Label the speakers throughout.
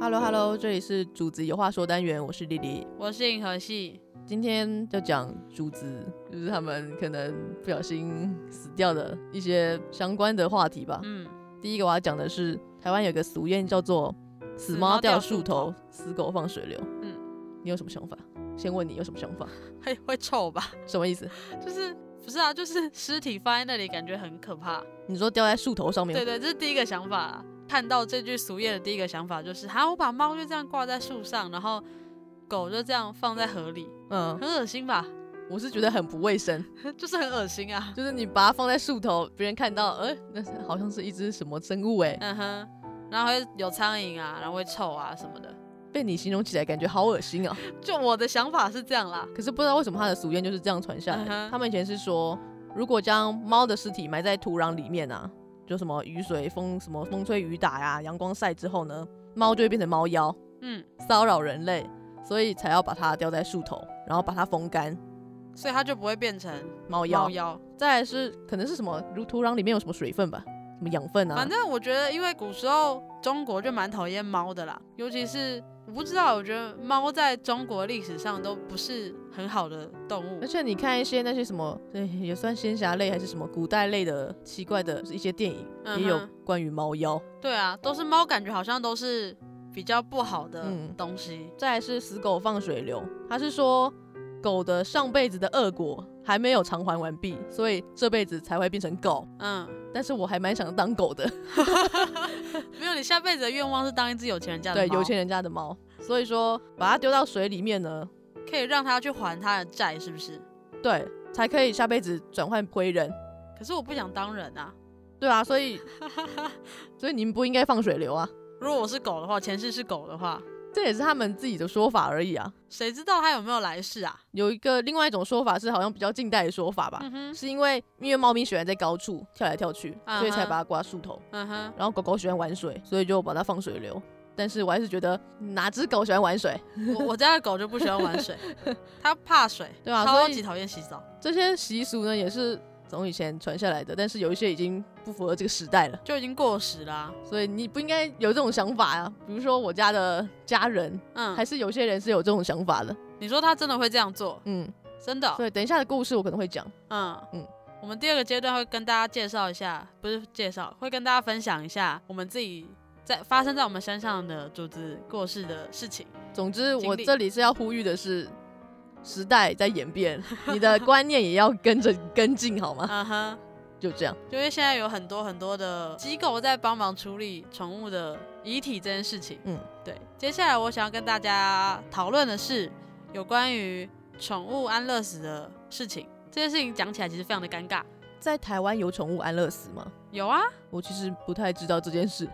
Speaker 1: Hello Hello，这里是主子有话说单元，我是丽丽。
Speaker 2: 我是银河系，
Speaker 1: 今天要讲主子，就是他们可能不小心死掉的一些相关的话题吧。
Speaker 2: 嗯，
Speaker 1: 第一个我要讲的是，台湾有个俗谚叫做“死
Speaker 2: 猫
Speaker 1: 猫掉
Speaker 2: 掉
Speaker 1: 树
Speaker 2: 树
Speaker 1: 头，死狗放水流”。嗯
Speaker 2: 嗯，
Speaker 1: 你有什么想法？先问你有什么想法？
Speaker 2: 会会臭吧？
Speaker 1: 什么意思？
Speaker 2: 就是不是啊？就是尸体放在那里，感觉很可怕。
Speaker 1: 你说掉在树头上面？
Speaker 2: 对对，这是第一个想法啊。看到这句俗谚的第一个想法就是，哈，我把猫就这样挂在树上，然后狗就这样放在河里，
Speaker 1: 嗯
Speaker 2: 很，恶心吧？
Speaker 1: 我是觉得很不卫生，
Speaker 2: 就是很恶心啊。
Speaker 1: 就是你把它放在树头，别人看到，呃，那是好像是一只什么生物哎、
Speaker 2: 嗯哼，然后会有苍蝇啊，然后会臭啊什么的。
Speaker 1: 被你形容起来感觉好恶心啊！
Speaker 2: 就我的想法是这样啦。
Speaker 1: 可是不知道为什么它的俗谚就是这样传下来的。
Speaker 2: 嗯哼
Speaker 1: 他们以前是说，如果将猫的尸体埋在土壤里面啊，就什么雨水、风什么风吹雨打呀、阳光晒之后呢，猫就会变成猫妖，
Speaker 2: 嗯，
Speaker 1: 骚扰人类，所以才要把它吊在树头，然后把它风干。
Speaker 2: 所以它就不会变成
Speaker 1: 猫妖，
Speaker 2: 猫妖。
Speaker 1: 再来是可能是什么，如土壤里面有什么水分吧，什么养分啊
Speaker 2: 反，正我觉得，因为古时候中国就蛮讨厌猫的啦，尤其是我不知道，我觉得猫在中国历史上都不是很好的动物
Speaker 1: 而。且你看一些那些什么，对，也算仙侠类还是什么古代类的奇怪的一些电影，
Speaker 2: 嗯哼
Speaker 1: 也有关于猫妖。
Speaker 2: 对啊，都是猫，感觉好像都是比较不好的
Speaker 1: 嗯
Speaker 2: 东西。
Speaker 1: 再来是死狗放水流，他是说狗的上辈子的恶果还没有偿还完毕，所以这辈子才会变成狗。
Speaker 2: 嗯，
Speaker 1: 但是我还蛮想当狗的，
Speaker 2: 没有，你下辈子的愿望是当一只有钱人家的
Speaker 1: 对，
Speaker 2: 猫
Speaker 1: 有钱人家的猫。所以说把它丢到水里面呢，
Speaker 2: 可以让它去还它的债，是不是？
Speaker 1: 对，才可以下辈子转换回人。
Speaker 2: 可是我不想当人啊。
Speaker 1: 对啊，所以所以你们不应该放水流啊，
Speaker 2: 如果我是狗的话，前世是狗的话，
Speaker 1: 这也是他们自己的说法而已啊。
Speaker 2: 谁知道它有没有来世啊？
Speaker 1: 有一个另外一种说法是，好像比较近代的说法吧，
Speaker 2: 嗯哼，
Speaker 1: 是因为因为猫咪喜欢在高处跳来跳去，
Speaker 2: 啊哈
Speaker 1: 所以才把它挂树头。
Speaker 2: 嗯哼，
Speaker 1: 然后狗狗喜欢玩水，所以就把它放水流。但是我还是觉得哪只狗喜欢玩水？
Speaker 2: 我我家的狗就不喜欢 玩水，它怕水，
Speaker 1: 对啊所
Speaker 2: 超
Speaker 1: 以
Speaker 2: 级讨厌洗澡。
Speaker 1: 这些习俗呢，也是从以前传下来的，但是有一些已经不符合这个时代了，
Speaker 2: 就已经过时啦、
Speaker 1: 所以你不应该有这种想法呀、比如说我家的家人，还
Speaker 2: 嗯，
Speaker 1: 是有些人是有这种想法的。
Speaker 2: 你说他真的会这样做？
Speaker 1: 嗯，
Speaker 2: 真的哦、
Speaker 1: 所以等一下的故事我可能会讲。
Speaker 2: 嗯
Speaker 1: 嗯
Speaker 2: 嗯。我们第二个阶段会跟大家介绍一下，不是介绍，会跟大家分享一下我们自己在发生在我们身上的主子过世的事情。
Speaker 1: 总之，
Speaker 2: 经
Speaker 1: 我
Speaker 2: 历
Speaker 1: 这里是要呼吁的是，时代在演 变，你的观念也要跟着跟进，好吗？
Speaker 2: 嗯哼，
Speaker 1: 就这样，
Speaker 2: 因为现在有很多很多的机构在帮忙处理宠物的遗体这件事情。
Speaker 1: 嗯，
Speaker 2: 对。接下来我想要跟大家讨论的是有关于宠物安乐死的事情。这件事情讲起来其实非常的尴尬。
Speaker 1: 在台湾有宠物安乐死吗？
Speaker 2: 有啊，
Speaker 1: 我其实不太知道这件事。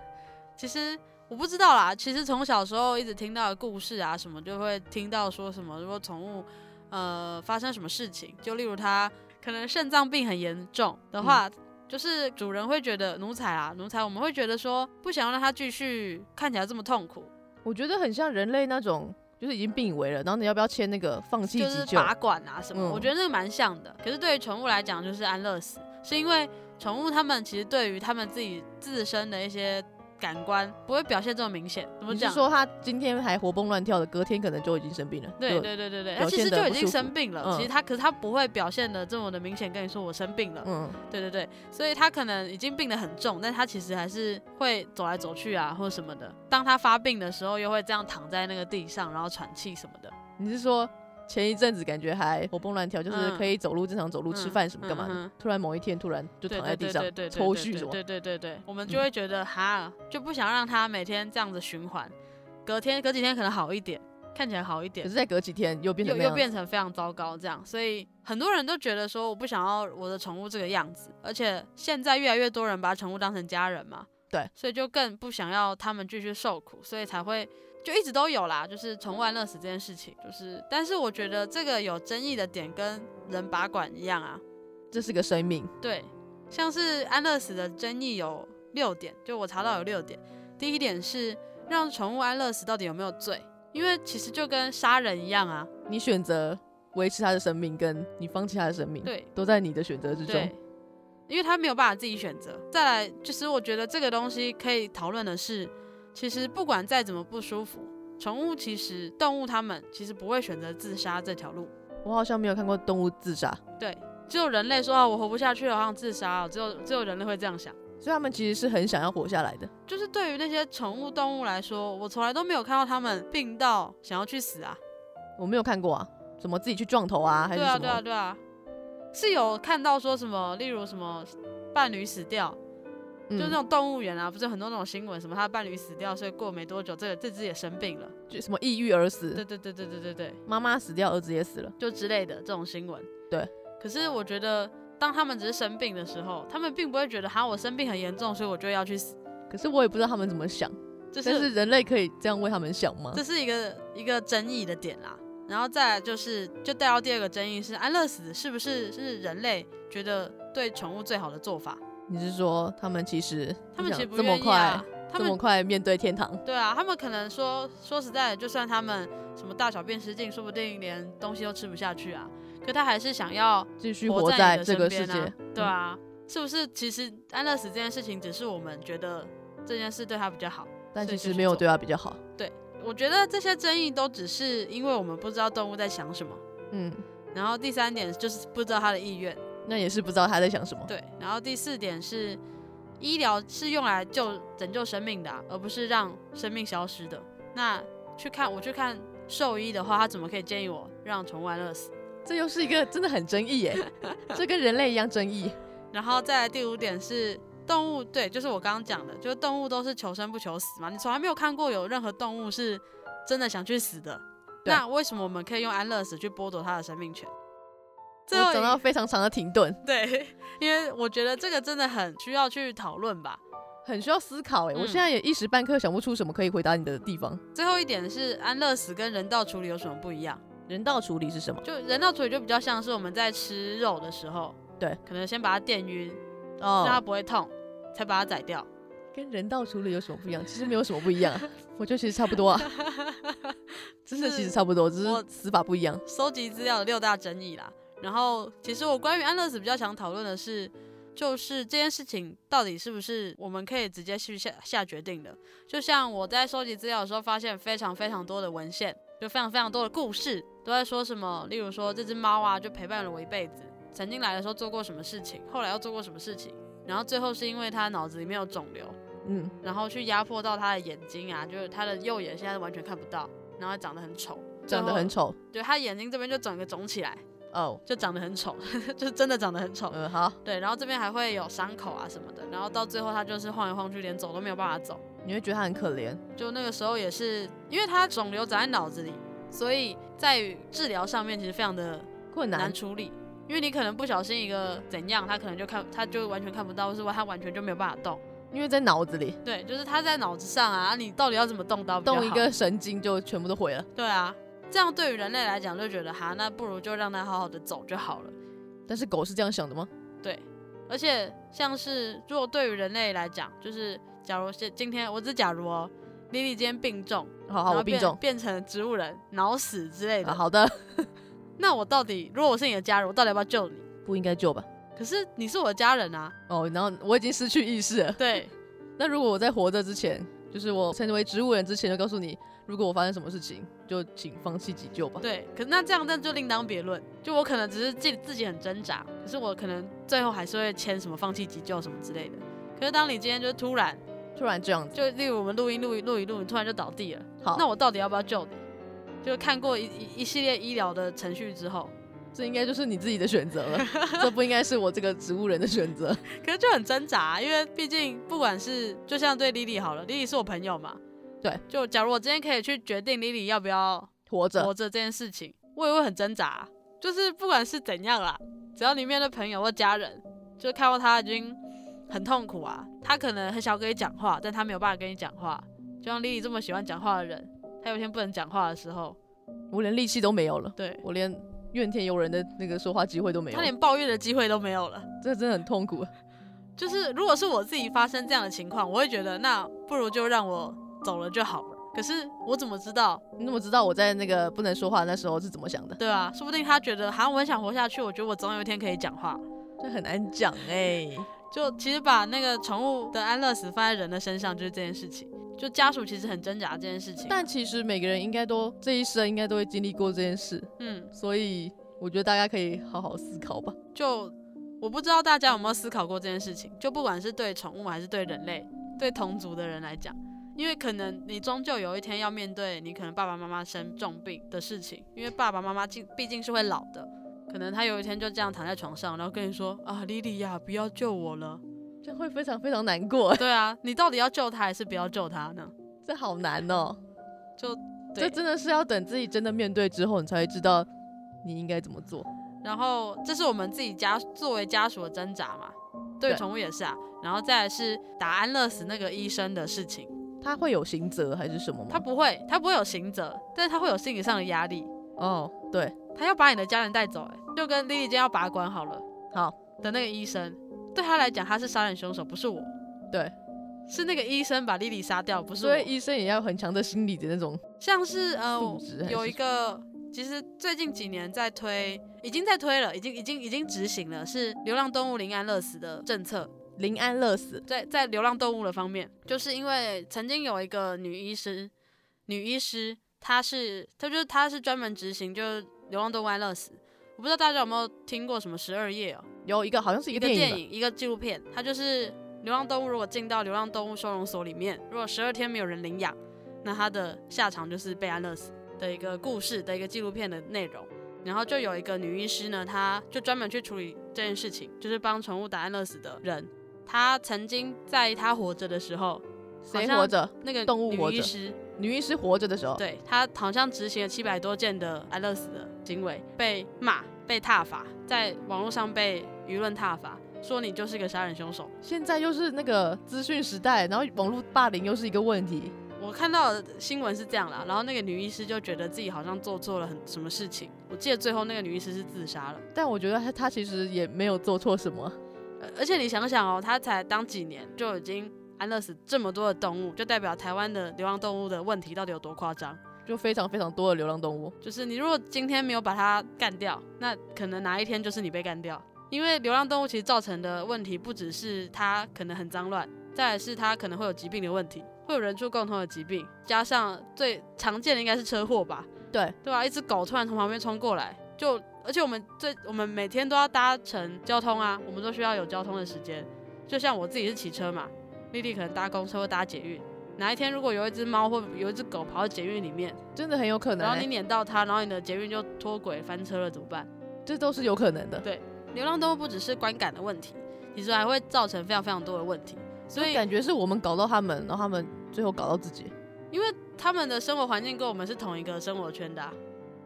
Speaker 2: 其实我不知道啦，其实从小时候一直听到的故事啊，什么就会听到说什么，如果宠物呃发生什么事情，就例如它可能肾脏病很严重
Speaker 1: 嗯
Speaker 2: 的话。就是主人会觉得奴才啊，奴才，我们会觉得说不想要让它继续看起来这么痛苦，
Speaker 1: 我觉得很像人类那种，就是已经病危了，然后你要不要签那个放弃
Speaker 2: 就是
Speaker 1: 急救？
Speaker 2: 拔管啊什么，
Speaker 1: 嗯
Speaker 2: 我觉得那个蛮像的。可是对于宠物来讲，就是安乐死，是因为宠物它们其实对于它们自己自身的一些感官不会表现这么明显，怎么
Speaker 1: 你是
Speaker 2: 讲？
Speaker 1: 说他今天还活蹦乱跳的，隔天可能就已经生病了？
Speaker 2: 对
Speaker 1: 就，
Speaker 2: 对对对对，他
Speaker 1: 表
Speaker 2: 其
Speaker 1: 现
Speaker 2: 实
Speaker 1: 得
Speaker 2: 就已
Speaker 1: 不
Speaker 2: 经
Speaker 1: 舒
Speaker 2: 生
Speaker 1: 服
Speaker 2: 病了。
Speaker 1: 嗯
Speaker 2: 其实他可是他不会表现的这么的明显，跟你说我生病了。
Speaker 1: 嗯，
Speaker 2: 对对对，所以他可能已经病得很重，但他其实还是会走来走去啊，或者什么的。当他发病的时候，又会这样躺在那个地上，然后喘气什么的。
Speaker 1: 你是说前一阵子感觉还活蹦乱跳，就是
Speaker 2: 嗯
Speaker 1: 可以走路、正常走路、
Speaker 2: 嗯
Speaker 1: 吃饭什么干嘛的，
Speaker 2: 嗯哼
Speaker 1: 突然某一天突然就
Speaker 2: 对
Speaker 1: 躺
Speaker 2: 对
Speaker 1: 在地
Speaker 2: 对
Speaker 1: 上
Speaker 2: 对对对
Speaker 1: 抽
Speaker 2: 对
Speaker 1: 搐
Speaker 2: 对
Speaker 1: 什么？
Speaker 2: 对对对对，我们
Speaker 1: 嗯
Speaker 2: 就会觉得哈，就不想让他每天这样子循环。隔天隔几天可能好一点，看起来好一点
Speaker 1: 可是，再隔几天又变成
Speaker 2: 又
Speaker 1: 那
Speaker 2: 又
Speaker 1: 样子。
Speaker 2: 变成非常糟糕这样，所以很多人都觉得说我不想要我的宠物这个样子，而且现在越来越多人把宠物当成家人嘛，
Speaker 1: 对，
Speaker 2: 所以就更不想要他们继续受苦，所以才会就一直都有啦，就是宠物安乐死这件事情，就是但是我觉得这个有争议的点跟人拔管一样啊，
Speaker 1: 这是个生命，
Speaker 2: 对，像是安乐死的争议有六点，就我查到有六点。第一点是让宠物安乐死到底有没有罪，因为其实就跟杀人一样啊，
Speaker 1: 你选择维持他的生命，跟你放弃他的生命，
Speaker 2: 对，
Speaker 1: 都在你的选择之
Speaker 2: 对
Speaker 1: 中。，
Speaker 2: 因为他没有办法自己选择。再来，就是我觉得这个东西可以讨论的是，其实不管再怎么不舒服，宠物其实动物它们其实不会选择自杀这条路。
Speaker 1: 我好像没有看过动物自杀，
Speaker 2: 对，只有人类说啊，我活不下去了，我好想自杀哦。只有只有人类会这样想。
Speaker 1: 所以他们其实是很想要活下来的。
Speaker 2: 就是对于那些宠物动物来说，我从来都没有看到它们病到想要去死啊。
Speaker 1: 我没有看过啊，什么自己去撞头啊，还是
Speaker 2: 对
Speaker 1: 什
Speaker 2: 啊，
Speaker 1: 么？
Speaker 2: 对啊，对啊，是有看到说什么，例如什么伴侣死掉，
Speaker 1: 嗯
Speaker 2: 就那种动物园啊，不是有很多那种新闻，什么他的伴侣死掉，所以过没多久，这个这只也生病了。
Speaker 1: 就什么抑郁而
Speaker 2: 对
Speaker 1: 死，
Speaker 2: 对对对对对对，
Speaker 1: 妈妈死掉，儿子也死了。
Speaker 2: 就之类的这种新闻。
Speaker 1: 对。
Speaker 2: 可是我觉得，当他们只是生病的时候，他们并不会觉得哈，我生病很严重，所以我就要去死。
Speaker 1: 可是我也不知道他们怎么想，
Speaker 2: 这
Speaker 1: 但
Speaker 2: 是
Speaker 1: 是人类可以这样为他们想吗
Speaker 2: 这？是一个一个争议的点啦。然后再来就是，就带到第二个争议是安乐死是不是是人类觉得对宠物最好的做法？
Speaker 1: 你是说他们其实
Speaker 2: 他们
Speaker 1: 想
Speaker 2: 其实不
Speaker 1: 这么
Speaker 2: 愿意啊
Speaker 1: 快，，
Speaker 2: 他
Speaker 1: 这么
Speaker 2: 们
Speaker 1: 快面对天堂？
Speaker 2: 对啊，他们可能说说实在的，就算他们什么大小便失禁，说不定连东西都吃不下去啊，可他还是想要
Speaker 1: 继续
Speaker 2: 活
Speaker 1: 活
Speaker 2: 在
Speaker 1: 在
Speaker 2: 你的
Speaker 1: 这个世
Speaker 2: 身
Speaker 1: 界嗯
Speaker 2: 边啊，对啊，是不是？其实安乐死这件事情，只是我们觉得这件事对他比较好。
Speaker 1: 但
Speaker 2: 所以
Speaker 1: 其
Speaker 2: 就
Speaker 1: 实
Speaker 2: 去
Speaker 1: 没有
Speaker 2: 做
Speaker 1: 对他比较好。
Speaker 2: 我觉得这些争议都只是因为我们不知道动物在想什么，
Speaker 1: 嗯，
Speaker 2: 然后第三点就是不知道他的意愿，
Speaker 1: 那也是不知道他在想什么。
Speaker 2: 对，然后第四点是医疗是用来救拯救生命的啊、而不是让生命消失的。那去看我去看兽医的话，他怎么可以建议我让宠物安乐死？
Speaker 1: 这又是一个真的很争议 耶，这跟人类一样争议。
Speaker 2: 然后再来第五点是动物，对，就是我刚刚讲的，就是动物都是求生不求死嘛，你从来没有看过有任何动物是真的想去死的。
Speaker 1: 对
Speaker 2: 那为什么我们可以用安乐死去剥夺它的生命权？最后
Speaker 1: 我
Speaker 2: 一
Speaker 1: 找到非常长的停顿，
Speaker 2: 对， 因为我觉得这个真的很需要去讨论吧。
Speaker 1: 很需要思考哎。我
Speaker 2: 嗯
Speaker 1: 现在也一时半刻想不出什么可以回答你的地方。
Speaker 2: 最后一点是安乐死跟人道处理有什么不一样？
Speaker 1: 人道处理是什么？
Speaker 2: 就人道处理就比较像是我们在吃肉的时候，
Speaker 1: 对，
Speaker 2: 可能先把它电晕，让它
Speaker 1: 哦，
Speaker 2: 不会痛，才把它宰掉。
Speaker 1: 跟人道处理有什么不一样？其实没有什么不一样啊，我觉得其实差不 多啊，真的其实差不多，只
Speaker 2: 我
Speaker 1: 是死法不一样。
Speaker 2: 收集资料的六大争议啦。然后，其实我关于安乐死比较想讨论的是，就是这件事情到底是不是我们可以直接去下下决定的？就像我在收集资料的时候，发现非常非常多的文献，就非常非常多的故事都在说什么，例如说这只猫啊，就陪伴了我一辈子，曾经来的时候做过什么事情，后来又做过什么事情，然后最后是因为它脑子里面有肿瘤，
Speaker 1: 嗯，
Speaker 2: 然后去压迫到它的眼睛啊，就是它的右眼现在完全看不到，然后长得很丑，
Speaker 1: 长得很
Speaker 2: 丑。
Speaker 1: 丑
Speaker 2: 对，他眼睛这边就整个肿起来，
Speaker 1: 哦。
Speaker 2: 就长得很丑， 就真的长得很丑。
Speaker 1: 嗯，好，
Speaker 2: 对，然后这边还会有伤口啊什么的，然后到最后他就是晃来晃去，连走都没有办法走。
Speaker 1: 你会觉得他很可怜，
Speaker 2: 就那个时候也是，因为他肿瘤长在脑子里，所以在于治疗上面其实非常的
Speaker 1: 困难
Speaker 2: 难。处理，因为你可能不小心一个怎样，他可能就看他就完全看不到，或是他完全就没有办法动。
Speaker 1: 因为在脑子里
Speaker 2: 对，就是他在脑子上啊，你到底要怎么动刀比较
Speaker 1: 动一
Speaker 2: 好
Speaker 1: 个神经就全部都毁了。
Speaker 2: 对啊，这样对于人类来讲就觉得哈，那不如就让他好好的走就好了。
Speaker 1: 但是狗是这样想的吗？
Speaker 2: 对，而且像是如果对于人类来讲，就是假如是今天我只假如哦，莉莉今天病重，
Speaker 1: 好
Speaker 2: 然
Speaker 1: 好，
Speaker 2: 后
Speaker 1: 哦我病
Speaker 2: 变
Speaker 1: 重。
Speaker 2: 变成植物人，脑死之类的，
Speaker 1: 啊，好的，
Speaker 2: 那我到底如果我是你的家人，我到底要不要救你？
Speaker 1: 不应该救吧？
Speaker 2: 可是你是我的家人啊，
Speaker 1: 哦，然后我已经失去意识了。
Speaker 2: 对
Speaker 1: 那如果我在活着之前，就是我成为植物人之前，就告诉你，如果我发生什么事情，就请放弃急救吧。
Speaker 2: 对，可是那这样那就另当别论，就我可能只是自己自己很挣扎，可是我可能最后还是会签什么放弃急救什么之类的。可是当你今天就突然
Speaker 1: 突然这样子，
Speaker 2: 就例如我们录音录一录一录，你突然就倒地了。
Speaker 1: 好，
Speaker 2: 那我到底要不要救你？就看过一一一系列医疗的程序之后，
Speaker 1: 这应该就是你自己的选择了，这不应该是我这个植物人的选择。
Speaker 2: 可是就很挣扎啊、因为毕竟不管是就像对 Lily 好了，Lily 是我朋友嘛，
Speaker 1: 对，
Speaker 2: 就假如我今天可以去决定 Lily 要不要
Speaker 1: 活着
Speaker 2: 活着这件事情，我也会很挣扎啊、就是不管是怎样啦，只要你面对朋友或家人，就看到他已经很痛苦啊，他可能很想跟你讲话，但他没有办法跟你讲话。就像 Lily 这么喜欢讲话的人，他有一天不能讲话的时候，
Speaker 1: 我连力气都没有了，
Speaker 2: 对
Speaker 1: 我连怨天尤人的那个说话机会都没有
Speaker 2: 他，连抱怨的机会都没有了。
Speaker 1: 这真的很痛苦。
Speaker 2: 就是如果是我自己发生这样的情况，我会觉得那不如就让我走了就好了。可是我怎么知道，
Speaker 1: 你怎么知道我在那个不能说话那时候是怎么想的？
Speaker 2: 对吧、说不定他觉得，好像我很想活下去，我觉得我总有一天可以讲话。
Speaker 1: 这很难讲哎、
Speaker 2: 就其实把那个宠物的安乐死放在人的身上，就是这件事情。就家属其实很挣扎这件事情。
Speaker 1: 但其实每个人应该都这一生应该都会经历过这件事，
Speaker 2: 嗯，
Speaker 1: 所以我觉得大家可以好好思考吧。
Speaker 2: 就我不知道大家有没有思考过这件事情，就不管是对宠物还是对人类，对同族的人来讲，因为可能你终究有一天要面对你可能爸爸妈妈生重病的事情，因为爸爸妈妈竟毕竟是会老的，可能他有一天就这样躺在床上，然后跟你说啊，莉莉亚，不要救我了。
Speaker 1: 这样会非常非常难过，
Speaker 2: 对啊，你到底要救他还是不要救他呢？
Speaker 1: 这好难哦、
Speaker 2: 就
Speaker 1: 这
Speaker 2: 对
Speaker 1: 真的是要等自己真的面对之后，你才会知道你应该怎么做。
Speaker 2: 然后这是我们自己家作为家属的挣扎嘛，对
Speaker 1: 对
Speaker 2: 宠物也是啊。然后再来是打安乐死那个医生的事情，
Speaker 1: 他会有刑责还是什么吗？
Speaker 2: 他不会，他不会有刑责，但是他会有心理上的压力，
Speaker 1: 哦，对，
Speaker 2: 他要把你的家人带走、哎，就跟莉莉今天要拔管好了
Speaker 1: 好，
Speaker 2: 的那个医生，对他来讲他是杀人凶手，不是我，
Speaker 1: 对，
Speaker 2: 是那个医生把莉莉杀掉，不是我
Speaker 1: 所以。医生也要很强的心理的那种
Speaker 2: 像是呃，
Speaker 1: 素质还是
Speaker 2: 有一个，其实最近几年在推，已经在推了，已经已经已经执行了，是流浪动物零安乐死的政策。
Speaker 1: 临安乐死。
Speaker 2: 在在流浪动物的方面，就是因为曾经有一个女医师，女医师她是她就是她是专门执行就是流浪动物安乐死。我不知道大家有没有听过什么十二夜哦，
Speaker 1: 有一个好像是一
Speaker 2: 一
Speaker 1: 个
Speaker 2: 个
Speaker 1: 电影吧，
Speaker 2: 电影一个纪录片，它就是流浪动物如果进到流浪动物收容所里面，如果十二天没有人领养，那它的下场就是被安乐死的一个故事的一个纪录片的内容。然后就有一个女医师呢，她就专门去处理这件事情，就是帮宠物打安乐死的人。她曾经在她活着的时候，
Speaker 1: 谁
Speaker 2: 好像
Speaker 1: 活着？
Speaker 2: 那个
Speaker 1: 动物
Speaker 2: 女
Speaker 1: 活
Speaker 2: 医
Speaker 1: 着
Speaker 2: 师，
Speaker 1: 女医师活着的时候，
Speaker 2: 对她好像执行了七百多件的安乐死的行为，被骂、被踏伐，在网络上被舆论踏伐，说你就是个杀人凶手。
Speaker 1: 现在又是那个资讯时代，然后网络霸凌又是一个问题，
Speaker 2: 我看到的新闻是这样啦，然后那个女医师就觉得自己好像做错了很什么事情。我记得最后那个女医师是自杀了，
Speaker 1: 但我觉得他他其实也没有做错什么，
Speaker 2: 呃而且你想想哦，她才当几年就已经安乐死这么多的动物，就代表台湾的流浪动物的问题到底有多夸张。
Speaker 1: 就非常非常多的流浪动物，
Speaker 2: 就是你如果今天没有把它干掉，那可能哪一天就是你被干掉。因为流浪动物其实造成的问题不只是它可能很脏乱，再来是它可能会有疾病的问题，会有人畜共同的疾病，加上最常见的应该是车祸吧。
Speaker 1: 对，
Speaker 2: 对啊吧、一只狗突然从旁边冲过来，就而且我们最我们每天都要搭乘交通啊，我们都需要有交通的时间。就像我自己是骑车嘛，丽丽可能搭公车或搭捷运。哪一天如果有一只猫或有一只狗跑到捷运里面，
Speaker 1: 真的很有可能
Speaker 2: 然后
Speaker 1: 欸、
Speaker 2: 你碾到它，然后你的捷运就脱轨翻车了，怎么办？
Speaker 1: 这都是有可能的。
Speaker 2: 流浪动物不只是观感的问题，其实还会造成非常非常多的问题。所以
Speaker 1: 感觉是我们搞到他们，然后他们最后搞到自己。
Speaker 2: 因为他们的生活环境跟我们是同一个生活圈的啊、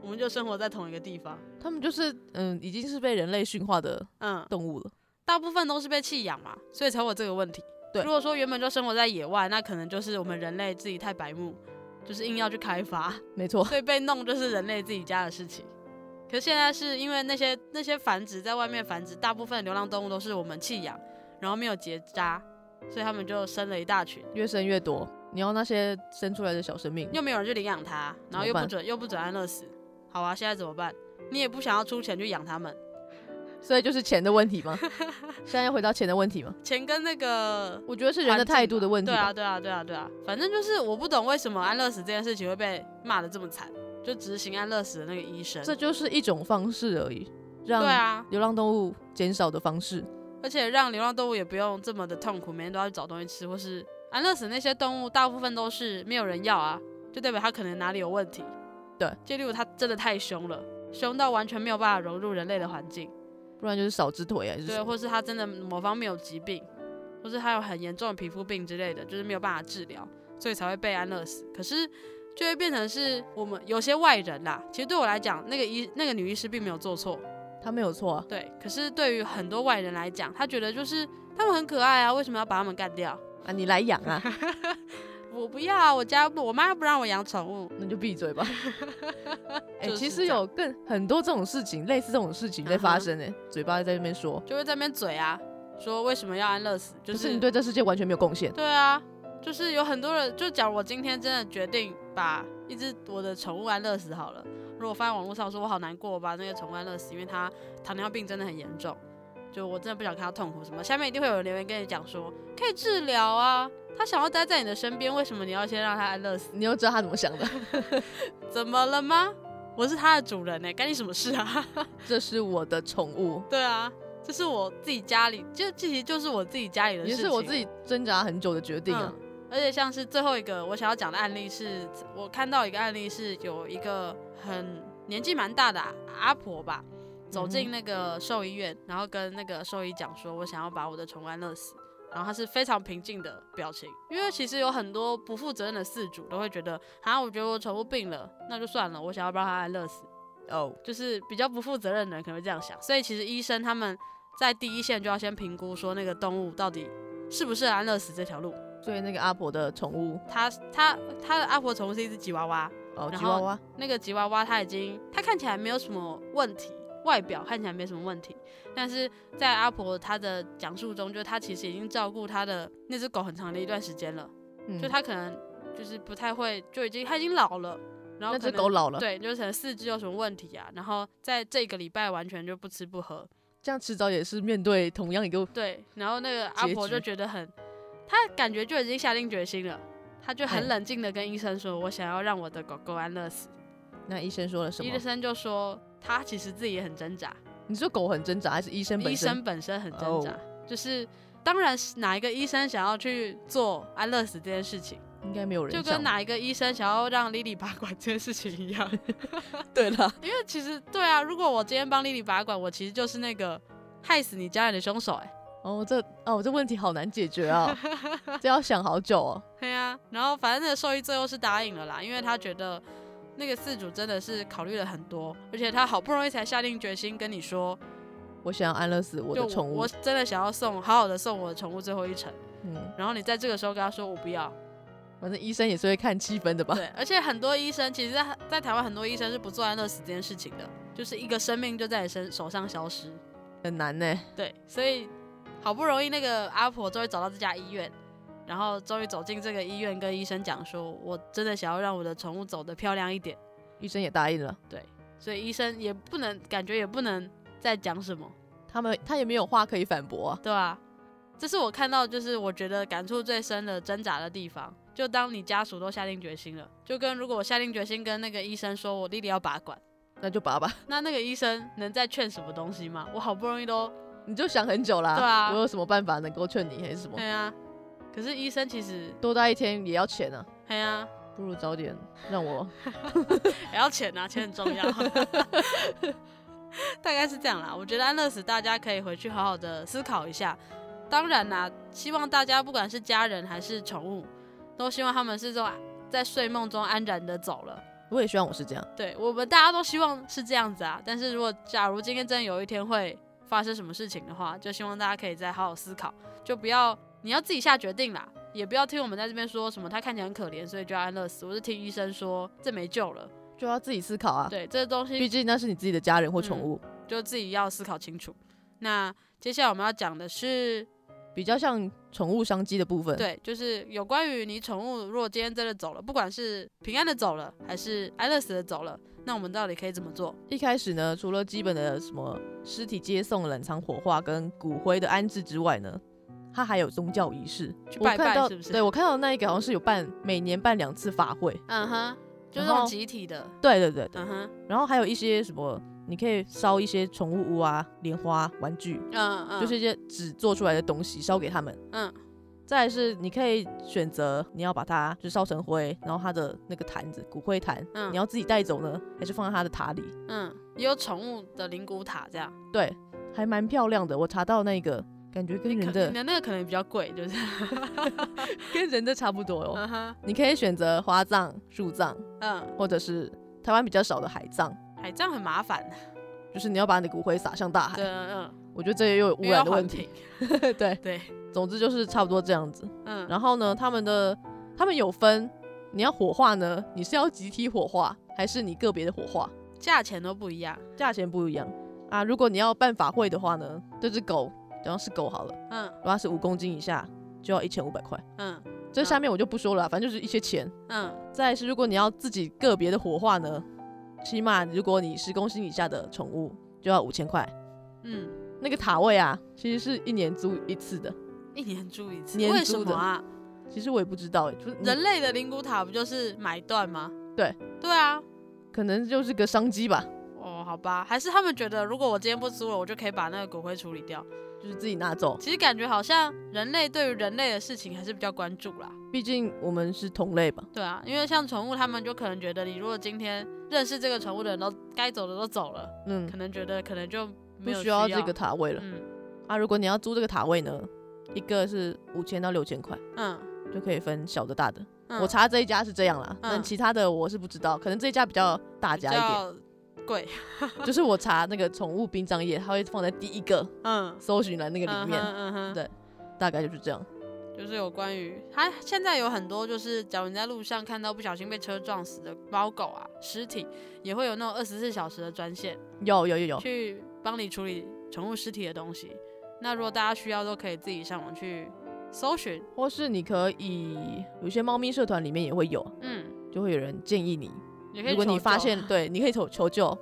Speaker 2: 我们就生活在同一个地方。
Speaker 1: 他们就是嗯，已经是被人类驯化的
Speaker 2: 嗯，
Speaker 1: 动物了。
Speaker 2: 大部分都是被弃养嘛，所以才会有这个问题。
Speaker 1: 对
Speaker 2: 如果说原本就生活在野外，那可能就是我们人类自己太白目，就是硬要去开发，
Speaker 1: 没错，
Speaker 2: 所以被弄就是人类自己家的事情。可是现在是因为那些那些繁殖在外面繁殖，大部分流浪动物都是我们弃养，然后没有结扎，所以他们就生了一大群，
Speaker 1: 越生越多。你要那些生出来的小生命，
Speaker 2: 又没有人去领养它，然后又
Speaker 1: 怎么办
Speaker 2: 不准又不准安乐死。好啊，现在怎么办？你也不想要出钱去养它们，
Speaker 1: 所以就是钱的问 题吗？现在要回到钱的问题吗？
Speaker 2: 钱跟那个
Speaker 1: 我觉得是人的
Speaker 2: 环境
Speaker 1: 态度的
Speaker 2: 吧
Speaker 1: 问题
Speaker 2: 对啊，
Speaker 1: 吧。
Speaker 2: 对啊，对啊，对啊，反正就是我不懂为什么安乐死这件事情会被骂的这么惨，就执行安乐死的那个医生。
Speaker 1: 这就是一种方式而已，
Speaker 2: 对
Speaker 1: 让
Speaker 2: 啊，
Speaker 1: 流浪动物减少的方式。
Speaker 2: 而且让流浪动物也不用这么的痛苦，每天都要去找东西吃，或是安乐死那些动物大部分都是没有人要啊，就代表它可能哪里有问题。
Speaker 1: 对，
Speaker 2: 就例如它真的太凶了，凶到完全没有办法融入人类的环境，
Speaker 1: 不然就是少只腿啊，还是什
Speaker 2: 对，
Speaker 1: 么
Speaker 2: 或是它真的某方面有疾病，或是它有很严重的皮肤病之类的，就是没有办法治疗，所以才会被安乐死。可是就会变成是我们有些外人啦，其实对我来讲，那个医那个女医师并没有做错，
Speaker 1: 他没有错啊。
Speaker 2: 对，可是对于很多外人来讲，他觉得就是他们很可爱啊，为什么要把他们干掉？
Speaker 1: 啊，你来养 啊，
Speaker 2: 我不要啊，我家不我妈不让我养宠物。
Speaker 1: 那就闭嘴 吧。哎、
Speaker 2: 就是
Speaker 1: 其
Speaker 2: 这
Speaker 1: 实
Speaker 2: 样
Speaker 1: 有更很多这种事情，类似这种事情在
Speaker 2: 嗯
Speaker 1: 发
Speaker 2: 哼
Speaker 1: 生呢、欸嘴巴在那边说，
Speaker 2: 就会在那边嘴啊，说为什么要安乐死？就
Speaker 1: 就是是你对这世界完全没有贡献。
Speaker 2: 对啊，就是有很多人，就假如我今天真的决定把一只我的宠物安乐死好了，如果发现网络上说我好难过，我把那个宠物安乐死，因为它糖尿病真的很严重，就我真的不想看它痛苦什么。下面一定会有人留言跟你讲说，可以治疗啊，它想要待在你的身边，为什么你要先让它安乐死？
Speaker 1: 你又知道他怎么 想的？
Speaker 2: 怎么了吗？我是它的主人呢、干你什么事啊？
Speaker 1: 这是我的宠物，
Speaker 2: 对啊，这是我自己家里，就这其实就是我自己家里的事
Speaker 1: 也
Speaker 2: 情，啊
Speaker 1: 是我自己挣扎很久的决
Speaker 2: 嗯
Speaker 1: 定啊。
Speaker 2: 而且像是最后一个我想要讲的案例是，我看到一个案例是有一个很年纪蛮大的阿婆吧，走进那个兽医院，然后跟那个兽医讲说，我想要把我的宠物安乐死。然后她是非常平静的表情，因为其实有很多不负责任的饲主都会觉得，啊，我觉得我宠物病了，那就算了，我想要帮它安乐死，
Speaker 1: 哦，
Speaker 2: 就是比较不负责任的人可能会这样想。所以其实医生他们在第一线就要先评估说那个动物到底适不适合安乐死这条路。
Speaker 1: 所以那个阿婆的宠物
Speaker 2: 他他他的阿婆宠物是一只吉娃娃，
Speaker 1: 哦，
Speaker 2: 然后
Speaker 1: 吉娃娃，
Speaker 2: 那个吉娃娃它已经它看起来没有什么问题，外表看起来没什么问题，但是在阿婆她的讲述中，就她其实已经照顾她的那只狗很长的一段时间了，
Speaker 1: 嗯
Speaker 2: 就它可能就是不太会，就已经它已经老了，然
Speaker 1: 那
Speaker 2: 后可
Speaker 1: 只
Speaker 2: 能
Speaker 1: 狗老了，
Speaker 2: 对，就是可能四肢有什么问题啊，然后在这个礼拜完全就不吃不喝，
Speaker 1: 这样迟早也是面对同样一个
Speaker 2: 对，然后那个阿
Speaker 1: 结
Speaker 2: 婆就
Speaker 1: 局
Speaker 2: 觉得很，她感觉就已经下定决心了，她就很
Speaker 1: 嗯
Speaker 2: 冷静的跟医生说：“我想要让我的狗狗安乐死。
Speaker 1: 那医生说了”什么
Speaker 2: 医？生就说：“她其实自己也很挣扎，
Speaker 1: 你说狗很挣扎，还是医生本
Speaker 2: 医
Speaker 1: 身？
Speaker 2: 生本身很挣
Speaker 1: 哦
Speaker 2: 扎，就是当然是哪一个医生想要去做安乐死这件事情，
Speaker 1: 应该没有人
Speaker 2: 就
Speaker 1: 想。
Speaker 2: 跟哪一个医生想要让莉莉拔管这件事情一 样。
Speaker 1: 对啦，
Speaker 2: 因为其实对啊，如果我今天帮莉莉拔管，我其实就是那个害死你家人的凶手、欸，
Speaker 1: 哦，这哦这问题好难解决 啊、这要想好久哦。
Speaker 2: 对啊，然后反正那个兽医最后是答应了啦，因为他觉得那个饲主真的是考虑了很多，而且他好不容易才下定决心跟你说，
Speaker 1: 我想要安乐死我
Speaker 2: 就
Speaker 1: 的宠物
Speaker 2: 我，真的想要送好好的送我的宠物最后一程，
Speaker 1: 嗯，
Speaker 2: 然后你在这个时候跟他说我 不要，
Speaker 1: 反正医生也是会看气氛的吧。
Speaker 2: 对，而且很多医生其实在在台湾很多医生是不做安乐死这件事情的，就是一个生命就在你身手上消失，
Speaker 1: 很难呢、
Speaker 2: 对，所以好不容易那个阿婆终于找到这家医院，然后终于走进这个医院跟医生讲说，我真的想要让我的宠物走得漂亮一点。
Speaker 1: 医生也答应了，
Speaker 2: 所以医生也不能感觉也不能再讲什么，
Speaker 1: 他们他也没有话可以反驳啊。
Speaker 2: 对吧、这是我看到就是我觉得感触最深的挣扎的地方。就当你家属都下定决心了，就跟如果我下定决心跟那个医生说我弟弟要拔管，
Speaker 1: 那就拔吧，
Speaker 2: 那那个医生能再劝什么东西吗？我好不容易都
Speaker 1: 你就想很久啦。
Speaker 2: 对啊
Speaker 1: 我有什么办法能够劝你还是什么？
Speaker 2: 对啊，可是医生其实
Speaker 1: 多待一天也要钱啊，
Speaker 2: 对啊，
Speaker 1: 不如早点让我。
Speaker 2: 也要钱啊，钱很重要。 大概是这样啦，我觉得安乐死大家可以回去好好的思考一下。当然啦，希望大家不管是家人还是宠物，都希望他们是这种在睡梦中安然的走了。
Speaker 1: 我也希望我是这样。
Speaker 2: 对我们大家都希望是这样子啊，但是如果假如今天真的有一天会发生什么事情的话，就希望大家可以再好好思考，就不要你要自己下决定啦，也不要听我们在这边说什么他看起来很可怜，所以就要安乐死。我是听医生说这没救了，
Speaker 1: 就要自己思考啊。
Speaker 2: 对嗯这东西
Speaker 1: 毕竟那是你自己的家人或宠物，
Speaker 2: 就自己要思考清楚。那接下来我们要讲的是，
Speaker 1: 比较像宠物商机的部分。，
Speaker 2: 对，就是有关于你宠物如果今天真的走了，不管是平安的走了，还是安乐死的走了，那我们到底可以怎么做？
Speaker 1: 一开始呢，除了基本的什么尸体接送、冷藏火化跟骨灰的安置之外呢，它还有宗教仪式。
Speaker 2: 去
Speaker 1: 我
Speaker 2: 拜拜
Speaker 1: 看到，
Speaker 2: 是不是
Speaker 1: 对我看到那一个好像是有办每年办两次法会。
Speaker 2: 嗯哼，就是
Speaker 1: 然
Speaker 2: 那种
Speaker 1: 后
Speaker 2: 集体的，
Speaker 1: 对对对，
Speaker 2: 嗯哼，
Speaker 1: 然后还有一些什么，你可以烧一些宠物屋啊、莲花、玩具，
Speaker 2: 嗯嗯，
Speaker 1: 就是一些纸做出来的东西烧给他们。
Speaker 2: 嗯
Speaker 1: 再来是你可以选择你要把它就烧成灰，然后它的那个坛子骨灰坛，
Speaker 2: 嗯
Speaker 1: 你要自己带走呢，还是放在它的塔里？
Speaker 2: 嗯，也有宠物的灵骨塔这样，
Speaker 1: 对，还蛮漂亮的。我查到那个，感觉跟人
Speaker 2: 可你
Speaker 1: 的
Speaker 2: 的那个可能比较贵，就是，
Speaker 1: 跟人的差不多哦。
Speaker 2: 嗯哼，
Speaker 1: 你可以选择花葬、树葬，
Speaker 2: 嗯，
Speaker 1: 或者是台湾比较少的海葬，
Speaker 2: 哎，这样很麻烦，
Speaker 1: 就是你要把你的骨灰撒向大海
Speaker 2: 对，。嗯，
Speaker 1: 我觉得这也有
Speaker 2: 嗯
Speaker 1: 污
Speaker 2: 因为要
Speaker 1: 染的
Speaker 2: 环
Speaker 1: 问题。
Speaker 2: 评，
Speaker 1: 对
Speaker 2: 对，
Speaker 1: 总之就是差不多这样子。
Speaker 2: 嗯，
Speaker 1: 然后呢，他们的他们有分，你要火化呢，你是要集体火化，还是你个别的火化？
Speaker 2: 价钱都不一样，
Speaker 1: 价钱不一样啊。如果你要办法会的话呢，这只狗，然后是狗好了，
Speaker 2: 嗯
Speaker 1: 如果它是五公斤以下，就要一千五百块。
Speaker 2: 嗯
Speaker 1: 这下面我就不说了啊，反正就是一些钱。
Speaker 2: 嗯
Speaker 1: 再来是，如果你要自己个别的火化呢，起码如果你十公斤以下的宠物就要五千块，
Speaker 2: 嗯，
Speaker 1: 那个塔位啊，其实是一年租一次的。
Speaker 2: 一年租一次，
Speaker 1: 年
Speaker 2: 为什
Speaker 1: 租
Speaker 2: 么
Speaker 1: 的
Speaker 2: 啊？
Speaker 1: 其实我也不知道、欸，就是
Speaker 2: 人类的灵骨塔不就是买断吗？
Speaker 1: 对，
Speaker 2: 对啊。
Speaker 1: 可能就是个商机吧，
Speaker 2: 哦，好吧，还是他们觉得，如果我今天不租了，我就可以把那个骨灰处理掉。
Speaker 1: 就是自己拿走。
Speaker 2: 其实感觉好像人类对于人类的事情还是比较关注啦。
Speaker 1: 毕竟我们是同类吧。
Speaker 2: 对啊，因为像宠物，他们就可能觉得，你如果今天认识这个宠物的人都该走的都走了，
Speaker 1: 嗯
Speaker 2: 可，能觉得可能就
Speaker 1: 不
Speaker 2: 没有
Speaker 1: 需
Speaker 2: 要
Speaker 1: 要这个塔位了、
Speaker 2: 嗯
Speaker 1: 啊。如果你要租这个塔位呢，一个是五千到六千块，
Speaker 2: 嗯，
Speaker 1: 就可以分小的大的。
Speaker 2: 嗯
Speaker 1: 我查这一家是这样啦，但
Speaker 2: 嗯
Speaker 1: 其他的我是不知道，可能这一家比较大
Speaker 2: 比
Speaker 1: 家一点。
Speaker 2: 较贵，
Speaker 1: 就是我查那个宠物殡葬业，它会放在第一个
Speaker 2: 嗯，
Speaker 1: 搜寻栏那个里面，
Speaker 2: 嗯哼嗯哼
Speaker 1: 对大概就是这样。
Speaker 2: 就是有关于它现在有很多，就是假如你在路上看到不小心被车撞死的猫狗啊尸体，也会有那种二十四小时的专线
Speaker 1: 有有有有，
Speaker 2: 去帮你处理宠物尸体的东西。那如果大家需要，都可以自己上网去搜寻。
Speaker 1: 或是你可以有些猫咪社团里面也会有，
Speaker 2: 嗯，
Speaker 1: 就会有人建议你，
Speaker 2: 也可以
Speaker 1: 如果你
Speaker 2: 求
Speaker 1: 发
Speaker 2: 救，
Speaker 1: 现对，你可以求求救。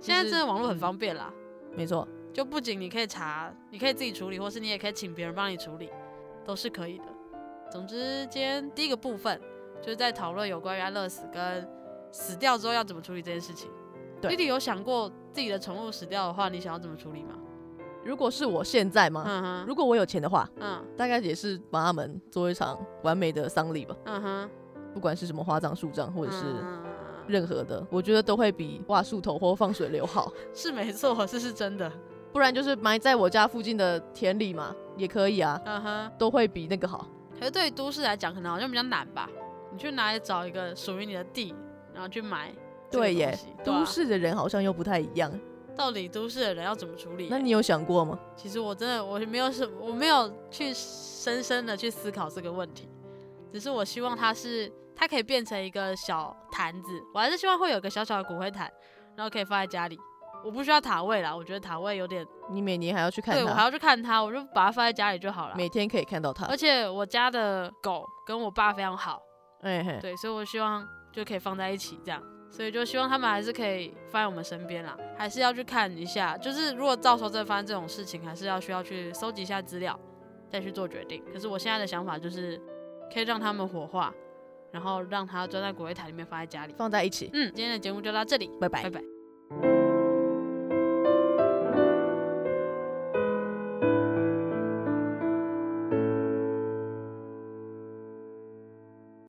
Speaker 2: 现
Speaker 1: 就
Speaker 2: 在真
Speaker 1: 是
Speaker 2: 的网络很
Speaker 1: 嗯
Speaker 2: 方便啦，
Speaker 1: 没错，
Speaker 2: 就不仅你可以查，你可以自己处理，或是你也可以请别人帮你处理，都是可以的。总之，今天第一个部分就是在讨论有关于安乐死跟死掉之后要怎么处理这件事情。
Speaker 1: 对
Speaker 2: 弟弟有想过自己的宠物死掉的话，你想要怎么处理吗？
Speaker 1: 如果是我现在嘛，
Speaker 2: 嗯哼，
Speaker 1: 如果我有钱的话，
Speaker 2: 嗯
Speaker 1: 大概也是帮他们做一场完美的丧礼吧，
Speaker 2: 嗯哼，嗯
Speaker 1: 不管是什么花葬、树葬，或
Speaker 2: 或
Speaker 1: 者是
Speaker 2: 是
Speaker 1: 任何的，我觉得都会比挂树头或放水流 好。
Speaker 2: 是没错，这是真的。
Speaker 1: 不然就是埋在我家附近的田里嘛，也可以啊，
Speaker 2: 嗯哼，
Speaker 1: 都会比那个好。
Speaker 2: 可是对于都市来讲，可能好像比较难吧。你去哪里找一个属于你的地，然后去买这个
Speaker 1: 对耶
Speaker 2: 东西？对啊
Speaker 1: 都市的人好像又不太一样。
Speaker 2: 到底都市的人要怎么处理耶？
Speaker 1: 那你有想过吗？
Speaker 2: 其实我真的我没有什我没有去深深的去思考这个问题，只是我希望它是它可以变成一个小坛子，我还是希望会有个小小的骨灰坛，然后可以放在家里。我不需要塔位啦，我觉得塔位有点，
Speaker 1: 你每年还要去看
Speaker 2: 对我还
Speaker 1: 它，
Speaker 2: 要去看它，我就把它放在家里就好了。
Speaker 1: 每天可以看到它
Speaker 2: 而。且我家的狗跟我爸非常好，
Speaker 1: 哎嘿，
Speaker 2: 对，所以我希望就可以放在一起这样，所以就希望他们还是可以放在我们身边啦，还是要去看一下，就是如果到时候再发生这种事情，还是要需要去搜集一下资料，再去做决定。可是我现在的想法就是，可以让他们火化，然后让它装在骨灰坛里面放在家里。
Speaker 1: 放在一起。
Speaker 2: 嗯，今天的节目就到这里，
Speaker 1: 拜拜
Speaker 2: 拜拜。